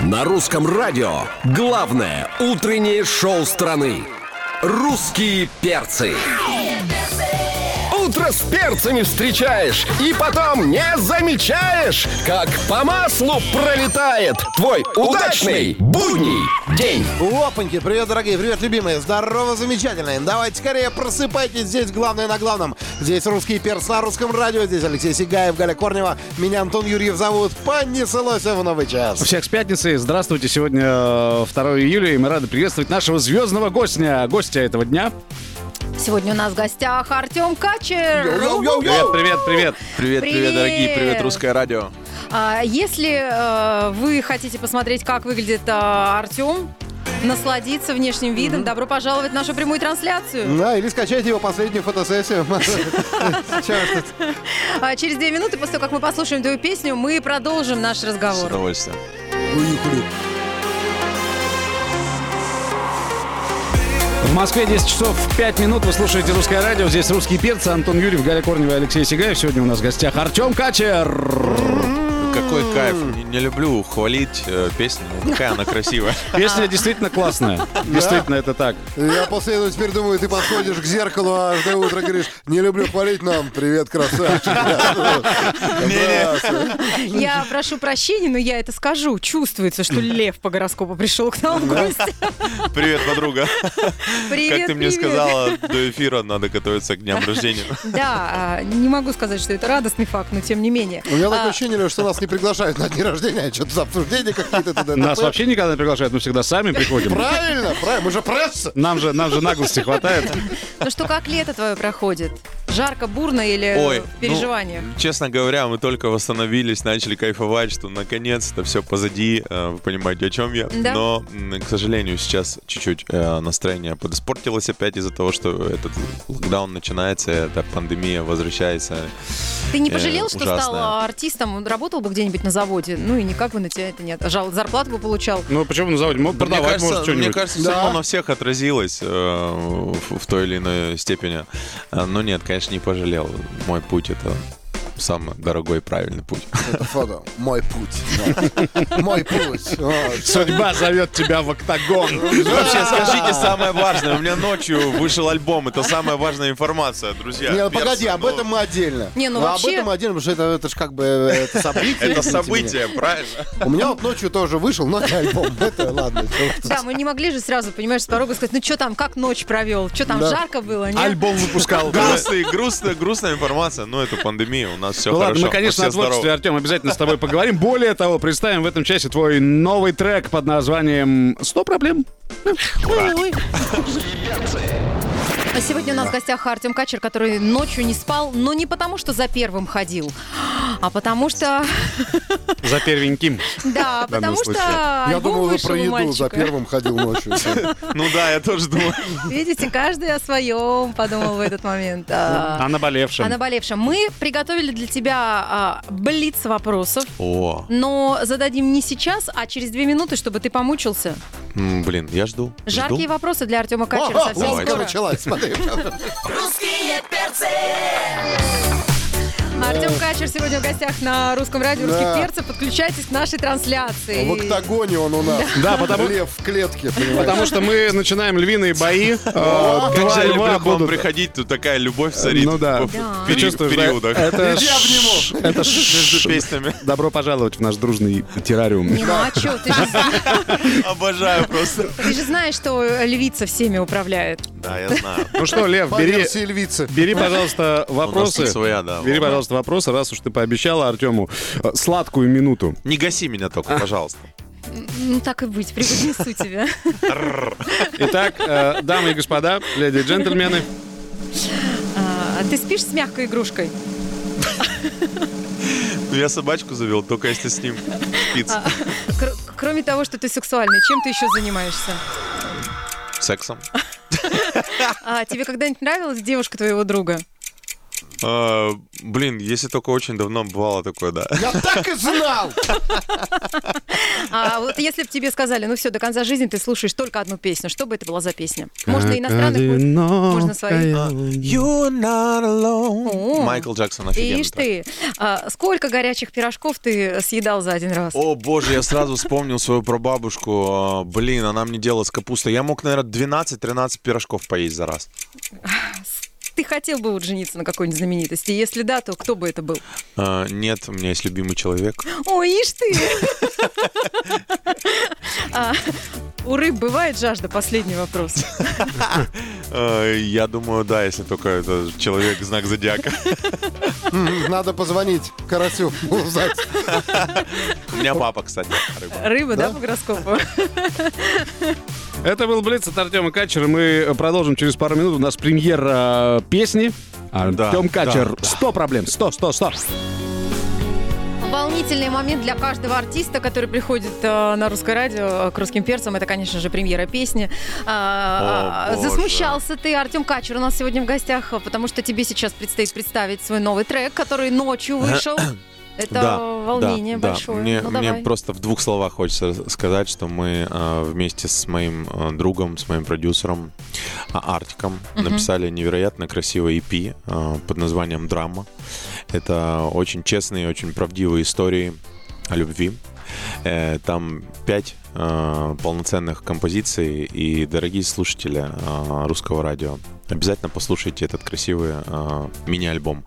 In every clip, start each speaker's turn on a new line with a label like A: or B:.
A: На русском радио главное утреннее шоу страны. Русские перцы. Утро с перцами встречаешь и потом не замечаешь, как по маслу пролетает твой удачный будний день.
B: Опаньки, привет, дорогие, привет, любимые, здорово, замечательные. Давайте скорее просыпайтесь, здесь главное на главном. Здесь русский перс на русском радио, здесь Алексей Сигаев, Галя Корнева, меня Антон Юрьев зовут. Понеслось в новый час.
C: Всех с пятницей. Здравствуйте. Сегодня э, 2 июля, и мы рады приветствовать нашего звездного гостя, гостя этого дня.
D: Сегодня у нас в гостях Артем Качер.
C: Привет, привет, привет.
E: Привет, привет,
D: Привет.
E: дорогие, привет, русское радио.
D: А, Если э, вы хотите посмотреть, как выглядит э, Артем, насладиться внешним видом, добро пожаловать в нашу прямую трансляцию.
B: Да, или скачайте его последнюю фотосессию. Чё ж тут?
D: А, Через две минуты, после того, как мы послушаем твою песню, мы продолжим наш
E: С
D: разговор.
E: удовольствием.
C: В Москве 10 часов 5 минут. Вы слушаете «Русское радио». Здесь «Русские перцы». Антон Юрьев, Галя Корнева и Алексей Сигаев. Сегодня у нас в гостях Артем Качер.
E: Какой кайф. Не, не люблю хвалить э, песню, но какая она красивая.
C: Песня действительно классная. Действительно, это так.
B: Я после этого теперь думаю, ты подходишь к зеркалу а каждое утро говоришь, не люблю хвалить нам, привет, красавчик. Здравствуй.
D: Я прошу прощения, но я это скажу. Чувствуется, что лев по гороскопу пришел к нам в гости.
E: Привет, подруга.
D: Привет,
E: Как ты мне
D: привет.
E: сказала, до эфира надо готовиться к дням рождения.
D: Да, а, не могу сказать, что это радостный факт, но тем не менее.
B: У меня
D: А,
B: такое ощущение, Лёш, что нас не приглашают на дни рождения, а что-то за обсуждения какие-то туда.
C: Нас вообще никогда не приглашают. Мы всегда сами приходим.
B: Правильно, правильно, мы же пресса.
C: Нам же, нам же наглости хватает.
D: Ну что, как лето твое проходит? Жарко, бурно или
E: Ой,
D: Э, в
E: ну,
D: переживаниях?
E: Честно говоря, мы только восстановились, начали кайфовать, что наконец-то все позади. э, Вы понимаете, о чем я.
D: Да.
E: Но, м, к сожалению, сейчас чуть-чуть э, настроение подиспортилось опять из-за того, что этот локдаун начинается, эта пандемия возвращается.
D: Ты не
E: э,
D: пожалел, что стал
E: ужасно.
D: а, артистом? Он Работал бы где-нибудь на заводе, ну и никак бы на тебя это не отражало. Зарплату бы получал.
C: Ну, почему на заводе? Мог
E: Да Мне
C: продавать,
E: кажется,
C: может,
E: мне
C: что-нибудь.
E: кажется, всё
B: Да.
E: равно на всех отразилось э, в, в той или иной степени. А, Но нет, конечно, не пожалел. Мой путь это самый дорогой и правильный путь.
B: Это фото. Мой путь. да. Мой путь. Вот.
C: Судьба зовет тебя в октагон.
E: Вообще, скажите самое важное. У меня ночью вышел альбом. Это самая важная информация, друзья.
B: Не, ну,
E: Персы,
B: погоди, об
E: но
B: этом мы отдельно.
D: Не, ну
B: А
D: вообще-
B: Об этом отдельно, потому что это, это же как бы э, это событие.
E: Это
B: извините
E: событие, правильно?
B: меня. У меня вот ночью тоже вышел, но не альбом. Это ладно. чё уж тут.
D: Да, мы не могли же сразу, понимаешь, с порога сказать, ну что там, как ночь провел? Что там,
B: Да.
D: жарко было? Нет?
C: Альбом выпускал.
E: Грустная, грустная, грустная информация. Ну, это пандемия, у нас все
C: Ну
E: хорошо.
C: ладно, мы,
E: все
C: конечно, о творчестве,
E: здоровы.
C: Артем, обязательно с тобой поговорим. Более того, представим в этом часе твой новый трек под названием «Сто проблем».
D: А Сегодня у нас в гостях Артем Качер, который ночью не спал, но не потому, что за первым ходил, а потому что...
C: За первеньким.
D: Да,
C: данном
D: потому
C: случае.
D: что
B: Я
D: А, альбом
B: думал, вы
D: вышел
B: про
D: у
B: еду за
D: мальчика.
B: первым ходил ночью.
E: Ну да, я тоже думаю.
D: Видите, каждый о своем подумал в этот момент. А,
C: А
D: О
C: наболевшим.
D: наболевшем. Мы приготовили для тебя а, блиц вопросов,
E: О,
D: но зададим не сейчас, а через две минуты, чтобы ты помучился.
E: м, блин, я жду.
D: Жаркие
E: Жду.
D: вопросы для Артема Качера
B: О,
D: совсем
B: ломка
E: давайте.
D: скоро.
B: началась, смотри.
D: Артем Качер сегодня в гостях на русском радио
B: Да.
D: «Русских перцев». Подключайтесь к нашей трансляции.
B: В октагоне он у нас.
C: Да, потому-
B: Лев в клетке, понимаешь?
C: Потому что мы начинаем львиные бои. Э,
E: Как
C: Два
E: же
C: льва
E: я люблю к вам
C: будут.
E: приходить, тут такая любовь царит
C: Ну да.
E: в- в
D: Да.
E: пери-
C: Чувствуешь, да?
E: периодах
C: Это
B: Иди
C: ш- Это
E: между
C: ш-
E: песнями.
C: Добро пожаловать в наш дружный террариум.
D: Не, ну а чё, ты же,
E: Обожаю просто.
D: ты же знаешь, что львица всеми управляет.
E: Да, я знаю.
C: Ну что, Лев,
B: По
C: бери,
B: версии львицы.
C: бери, пожалуйста,
E: У
C: вопросы.
E: нас своя, да,
C: Бери,
E: волна.
C: пожалуйста, вопросы, раз уж ты пообещала Артему э, сладкую минуту.
E: Не гаси меня только, пожалуйста.
D: Ну так и быть, преподнесу тебя.
C: Итак, э, дамы и господа, леди и джентльмены,
D: А, ты спишь с мягкой игрушкой?
E: Ну, я собачку завел, только если с ним спится.
D: Кр- кроме того, что ты сексуальный, чем ты еще занимаешься?
E: Сексом.
D: А тебе когда-нибудь нравилась девушка твоего друга?
E: А, Блин, если только очень давно бывало такое, да.
B: Я так и знал!
D: А вот если бы тебе сказали, ну все, до конца жизни ты слушаешь только одну песню, что бы это была за песня? Можно иностранных, можно можно своих.
E: You're not alone.
D: О,
E: Майкл Джексон офигенно.
D: Ишь ты. А, сколько горячих пирожков ты съедал за один раз?
E: О боже, я сразу вспомнил свою прабабушку. А, Блин, она мне делала с капустой. Я мог, наверное, 12-13 пирожков поесть за раз.
D: Ты хотел бы вот жениться на какой-нибудь знаменитости? Если да, то кто бы это был?
E: А, Нет, у меня есть любимый человек.
D: Ой, ишь ты! А, У рыб бывает жажда? Последний вопрос.
E: А, Я думаю, да, если только это человек знак зодиака.
B: М, Надо позвонить Карасю, узнать.
E: У меня папа, кстати, рыба.
D: Рыба, да, по гороскопу?
C: Это был Блиц от Артема Качера. Мы продолжим через пару минут. У нас премьера э, песни.
E: Да,
C: Артем Качер.
E: да, да.
C: 100 проблем. 100, 100, 100.
D: Волнительный момент для каждого артиста, который приходит э, на русское радио э, к русским перцам. Это, конечно же, премьера песни. А,
E: О,
D: а,
E: боже.
D: засмущался ты, Артем Качер, у нас сегодня в гостях, э, потому что тебе сейчас предстоит представить свой новый трек, который ночью вышел. Это
E: Да,
D: волнение
E: да, да.
D: большое.
E: Мне,
D: ну,
E: мне
D: давай.
E: просто в двух словах хочется сказать, что мы э, вместе с моим э, другом, с моим продюсером а, Артиком написали невероятно красивый EP э, под названием «Драма». Это очень честные, очень правдивые истории о любви. Э, Там пять э, полноценных композиций. И, дорогие слушатели э, русского радио, обязательно послушайте этот красивый э, мини-альбом.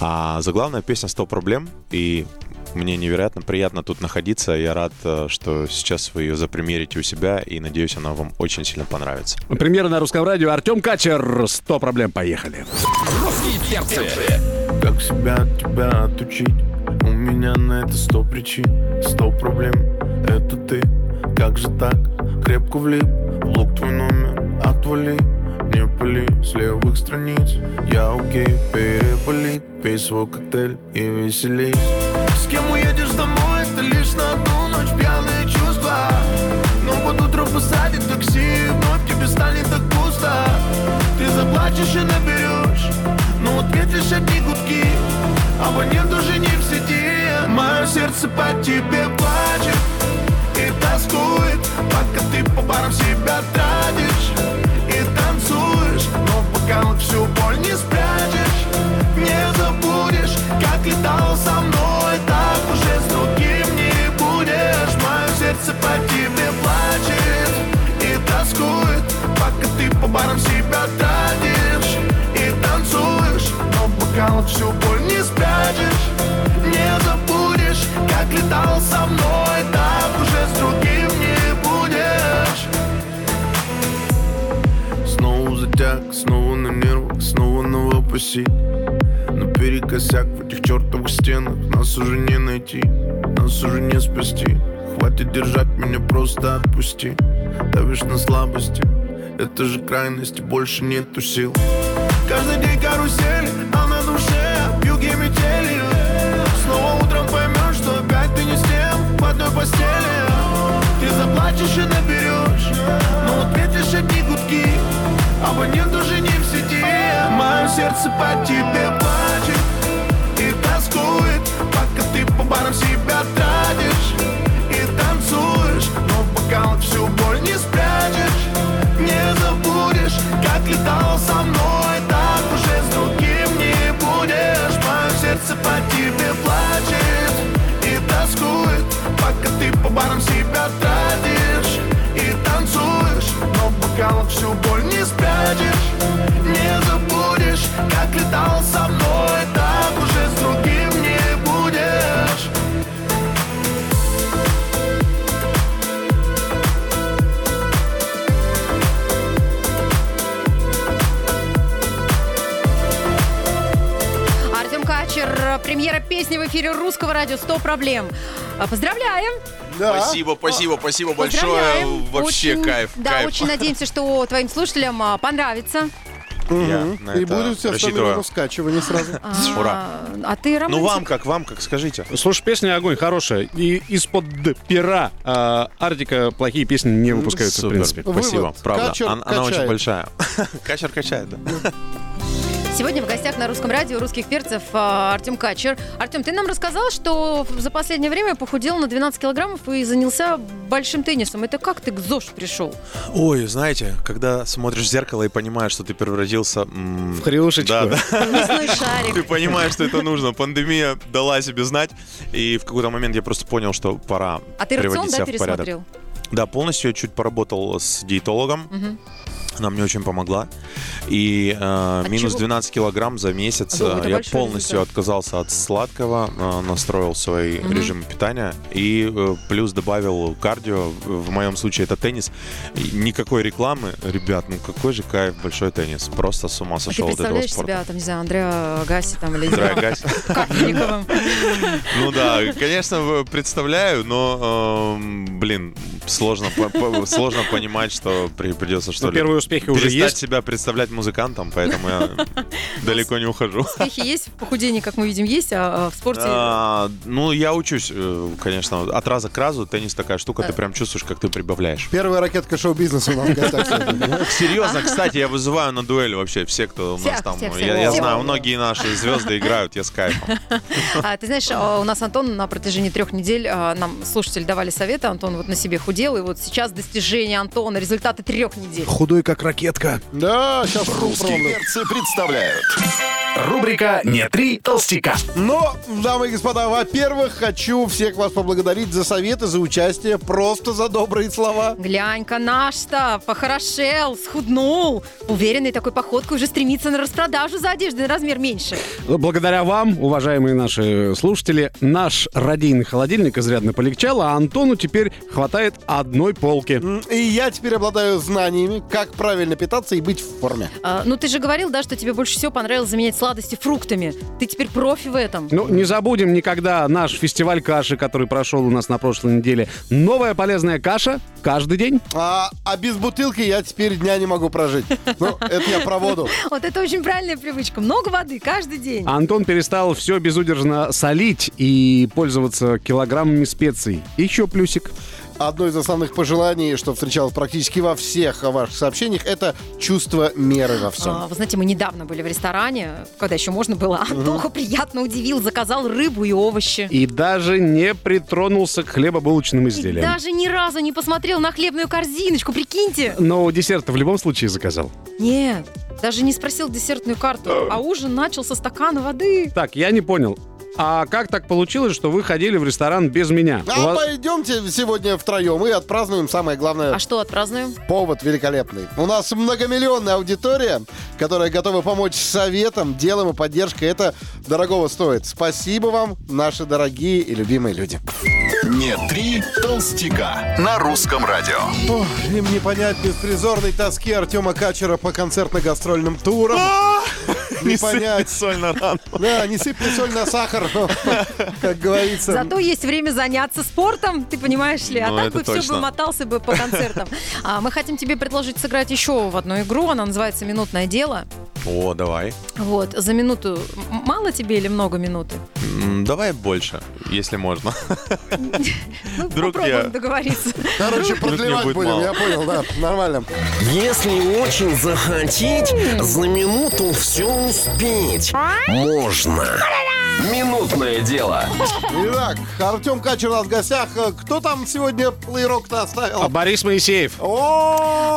E: А заглавная песня «100 проблем». И мне невероятно приятно тут находиться. Я рад, э, что сейчас вы ее запримерите у себя. И надеюсь, она вам очень сильно понравится.
C: Премьера на русском радио. Артем Качер. 100 проблем. Поехали.
F: Как себя от тебя отучить? У меня на это сто причин, сто проблем Это ты, как же так? Крепко влип, в лук твой номер Отвали, не пыли с левых страниц Я окей, переболит, пей свой коктейль и веселись С кем уедешь домой, это лишь на одну ночь пьяные чувства Но под утро посадит такси, и вновь тебе станет так пусто Ты заплачешь и наберешь, но ответишь одни гудки Абонент уже не в сети, а мое сердце по тебе плачет и тоскует Пока ты по барам себя тратишь и танцуешь Но в бокалах всю боль не спрячешь Не забудешь, как летал со мной Так уже с другим не будешь Мое сердце по тебе плачет и тоскует Пока ты по барам себя тратишь и танцуешь Но в бокалах всю боль не спрячешь Не забудешь, как летал со мной Так уже с другим не будешь Снова затяг, снова на нервах, снова новопосит Наперекосяк в этих чертовых стенах Нас уже не найти, нас уже не спасти Хватит держать меня, просто отпусти Давишь на слабости, это же крайности, больше нету сил Каждый день карусель, а на душе юге метели Снова утром поймешь, что опять ты не с тем в одной постели Ты заплачешь и наберешь, но ответишь одни гудки Абонент уже не в сети Мое сердце по тебе плачет и тоскует Пока ты по барам себя тратишь и танцуешь Но в бокалах всю боль не спрячешь Не забудешь, как летал со мной Так уже с другим не будешь Мое сердце по тебе плачет и тоскует Пока ты по барам себя тратишь и танцуешь Но в бокалах всю боль не спрячешь Не забудешь, как летал со мной Так уже с другим не будешь
D: Артем Качер, э, премьера песни в эфире русского радио «100 проблем». А, Поздравляем!
E: Спасибо, спасибо, спасибо
D: Поздравляем! Очень- Да, очень надеемся, что твоим слушателям а, понравится.
E: Я на
B: И
E: это
B: будет у тебя 100
E: рассчитываю.
B: миллионов скачиваний сразу.
D: А,
E: Ура.
D: А ты,
E: Ну
D: романтик?
E: вам как, вам как, скажите.
C: Слушай, песня «Огонь» хорошая. И из-под пера э, Артика плохие песни не выпускаются, в
E: Супер,
C: принципе.
E: спасибо,
B: Вывод.
E: правда.
B: Качер
E: Ан- она очень
B: качает.
E: большая. Качер качает, да.
D: Сегодня в гостях на русском радио русских перцев э, Артем Качер. Артем, ты нам рассказал, что за последнее время похудел на 12 килограммов и занялся большим теннисом. Это как ты к ЗОЖ пришел?
E: Ой, знаете, когда смотришь в зеркало и понимаешь, что ты превратился... м,
C: В хрюшечку.
E: Да, да.
D: Мясной
E: Ты
D: шарик.
E: понимаешь, что это нужно. Пандемия дала себе знать. И в какой-то момент я просто понял, что пора
D: А ты рацион,
E: приводить
D: да,
E: себя в порядок.
D: пересмотрел?
E: Да, полностью я чуть поработал с диетологом.
D: Мгм.
E: Она мне очень помогла. И э,
D: От
E: минус
D: А чего?
E: 12 килограмм за месяц.
D: Ну,
E: э,
D: это
E: я
D: большой
E: полностью
D: результат.
E: отказался от сладкого, э, настроил свой
D: Мгм.
E: режим питания и э, плюс добавил кардио. В моем случае это теннис. И никакой рекламы. Ребят, ну какой же кайф большой теннис. Просто с ума
D: А ты
E: сошел от этого
D: представляешь
E: спорта.
D: себя, там, не знаю, Андреа Гаси там или
E: Дорогая.
D: Капельниковым?
E: Ну да, конечно, в- представляю, но, эм, блин, сложно, по- по- сложно понимать, что при- придется что
C: Ну,
E: ли.
C: первые успехи уже
E: перестать
C: есть.
E: себя представлять музыкантом, поэтому я далеко не ухожу.
D: Успехи есть, в похудении, как мы видим, есть, а а в спорте...
E: А, Ну, я учусь, э, конечно, от раза к разу. Теннис такая штука, ты
D: Э.
E: прям чувствуешь, как ты прибавляешь.
B: Первая ракетка шоу-бизнеса у нас в гостях сегодня.
E: Серьезно, кстати, я вызываю на дуэль вообще все, кто у нас
D: Всех,
E: там.
D: всех, всех.
E: Я я
D: Всех.
E: знаю, многие наши звезды играют, я с кайфом.
D: А, ты знаешь, а, у нас Антон на протяжении трех недель а, нам слушатели давали советы. Антон вот на себе худел, и вот сейчас достижение Антона, результаты трех недель.
G: Худой как ракетка.
B: Да, сейчас
A: Русские
B: попробуем.
A: перцы представляют.
G: Рубрика «Не три толстяка».
B: Но, дамы и господа, во-первых, хочу всех вас поблагодарить за советы, за участие, просто за добрые слова.
D: Глянь-ка наш-то, похорошел, схуднул. Уверенный такой походкой уже стремится на распродажу за одежды на размер меньше.
C: Благодаря вам, уважаемые наши слушатели, наш родийный холодильник изрядно полегчал, а Антону теперь хватает одной полки.
B: М, И я теперь обладаю знаниями, как правильно питаться и быть в форме.
D: А, ну ты же говорил, да, что тебе больше всего понравилось заменять сладости фруктами. Ты теперь профи в этом.
C: Ну, не забудем никогда наш фестиваль каши, который прошел у нас на прошлой неделе. Новая полезная каша каждый день.
B: А, а без бутылки я теперь дня не могу прожить. Ну, это я про воду.
D: Вот это очень правильная привычка. Много воды каждый день.
C: Антон перестал все безудержно солить и пользоваться килограммами специй. Еще плюсик.
B: Одно из основных пожеланий, что встречалось практически во всех ваших сообщениях, это чувство меры во всем.
D: А, Вы знаете, мы недавно были в ресторане, когда еще можно было. Антоха приятно удивил, заказал рыбу и овощи.
C: И даже не притронулся к хлебобулочным
D: И
C: изделиям.
D: даже ни разу не посмотрел на хлебную корзиночку, прикиньте.
C: Но десерт в любом случае заказал.
D: Нет, даже не спросил десертную
C: Э.
D: карту, а ужин начал со стакана воды.
C: Так, я не понял. А как так получилось, что вы ходили в ресторан без меня? У
B: А
C: вас-
B: пойдемте сегодня втроем и отпразднуем самое главное.
D: А что, отпразднуем?
B: Повод великолепный. У нас многомиллионная аудитория, которая готова помочь советом, делом и поддержкой. Это дорогого стоит. Спасибо вам, наши дорогие и любимые люди.
A: Не три толстяка на русском радио.
B: Ох, им не понять беспризорной тоски Артема Качера по концертно-гастрольным турам. Не понять.
E: соль на рану.
B: Да, не сыпь мне соль на сахар, как говорится.
D: Зато есть время заняться спортом, ты понимаешь ли. А
E: Ну,
D: так
E: это
D: бы все
E: точно.
D: бы мотался бы по концертам. А мы хотим тебе предложить сыграть еще в одну игру. Она называется «Минутное дело».
E: О, давай.
D: Вот, за минуту. м- Мало тебе или много минуты?
E: М, Давай больше, если можно.
D: Ну,
E: Вдруг
D: попробуем
E: я-
D: договориться.
B: Короче,
E: мне
B: продлевать
E: будет
B: будем,
E: мало.
B: я понял, да, нормально.
A: Если очень захотеть, за минуту все успеть можно. Минутное дело.
B: Итак, Артем Качер у нас в гостях. Кто там сегодня плеерок-то оставил?
C: А Борис Моисеев.
B: О!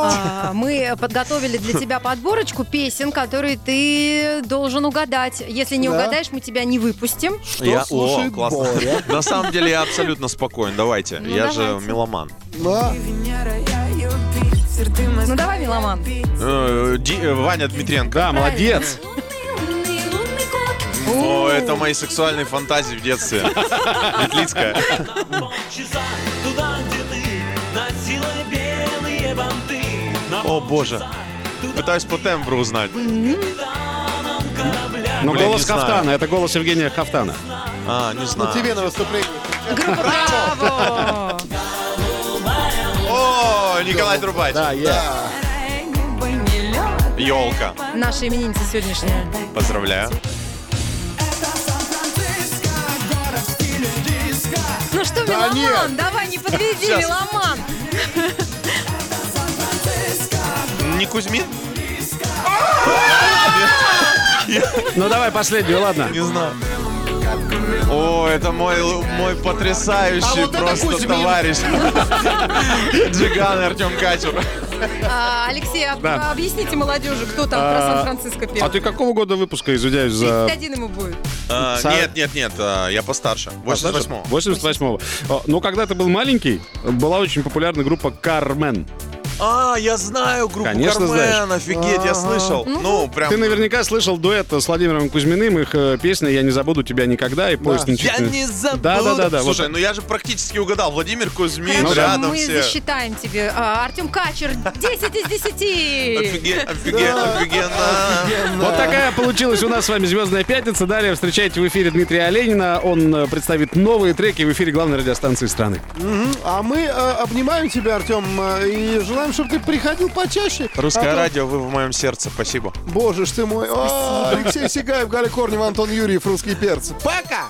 D: А, Мы подготовили для тебя подборочку песен, которые ты должен угадать. Если не
B: Да.
D: угадаешь, мы тебя не выпустим.
E: Я-
B: слушает Боря?
E: На самом деле я абсолютно спокоен. Давайте.
D: Ну,
E: я же
D: давайте.
E: меломан.
B: Да.
D: Ну давай, меломан.
E: Э, Ди- э, Ваня Дмитренко.
C: Да, молодец.
E: О, это мои сексуальные фантазии в детстве. Ветлицкая.
H: Полчаса туда, где ты Носила белые банты На
E: О, боже. Пытаюсь по тембру узнать.
C: Но
E: Блин,
C: голос
E: не знаю.
C: Хафтана. Это голос Евгения Хафтана.
E: А, не
B: Ну,
E: знаю.
B: тебе на выступлении.
D: Группа Браво!
E: О, Николай Трубач. Елка.
D: Наша именинница сегодняшняя.
E: Поздравляю.
D: Ну что,
B: Да
D: меломан, давай не подведи,
E: Сейчас.
D: меломан.
E: Не Кузьмин?
C: Ну давай последнюю, ладно.
E: Не знаю. О, это мой, л- мой потрясающий
B: А вот это
E: просто
B: пусть мне-
E: товарищ. Джиган Артем Качер.
D: А, Алексей, а-
C: Да.
D: объясните молодежи, кто там про Сан-Франциско пел.
C: А ты какого года выпуска изудяешь за...
D: 31 ему будет.
E: А,
C: Са-
E: Нет, нет, нет, а, я постарше. 88-го.
C: 88-го. О, Ну, когда ты был маленький, была очень популярна группа Кармен.
E: А, я знаю группу
C: Конечно,
E: Кармен, офигеть, я слышал. Ну, прям...
C: Ты наверняка слышал дуэт с Владимиром Кузьминым, их э, песня «Я не забуду тебя никогда» и поезд
E: Я
C: нечетный».
E: не забыл.
C: Да-да-да-да. вот
E: Слушай, ну я же практически угадал. Владимир Кузьмин,
C: Ну да.
E: рядом
D: мы
E: все.
D: засчитаем тебе. А, Артем Качер, 10 из 10.
E: Офиге- офиге- Офигенно.
C: Вот такая получилась у нас с вами «Звездная пятница». Далее встречайте в эфире Дмитрия Оленина. Он э, представит новые треки в эфире главной радиостанции страны.
B: А мы э, обнимаем тебя, Артем, и желаем, чтобы ты приходил почаще.
E: Русское
B: А то-
E: радио, вы в моем сердце, спасибо.
B: Боже ж ты мой. А, Алексей Сигаев, Галя Корнева, Антон Юрьев, русский перцы. Пока!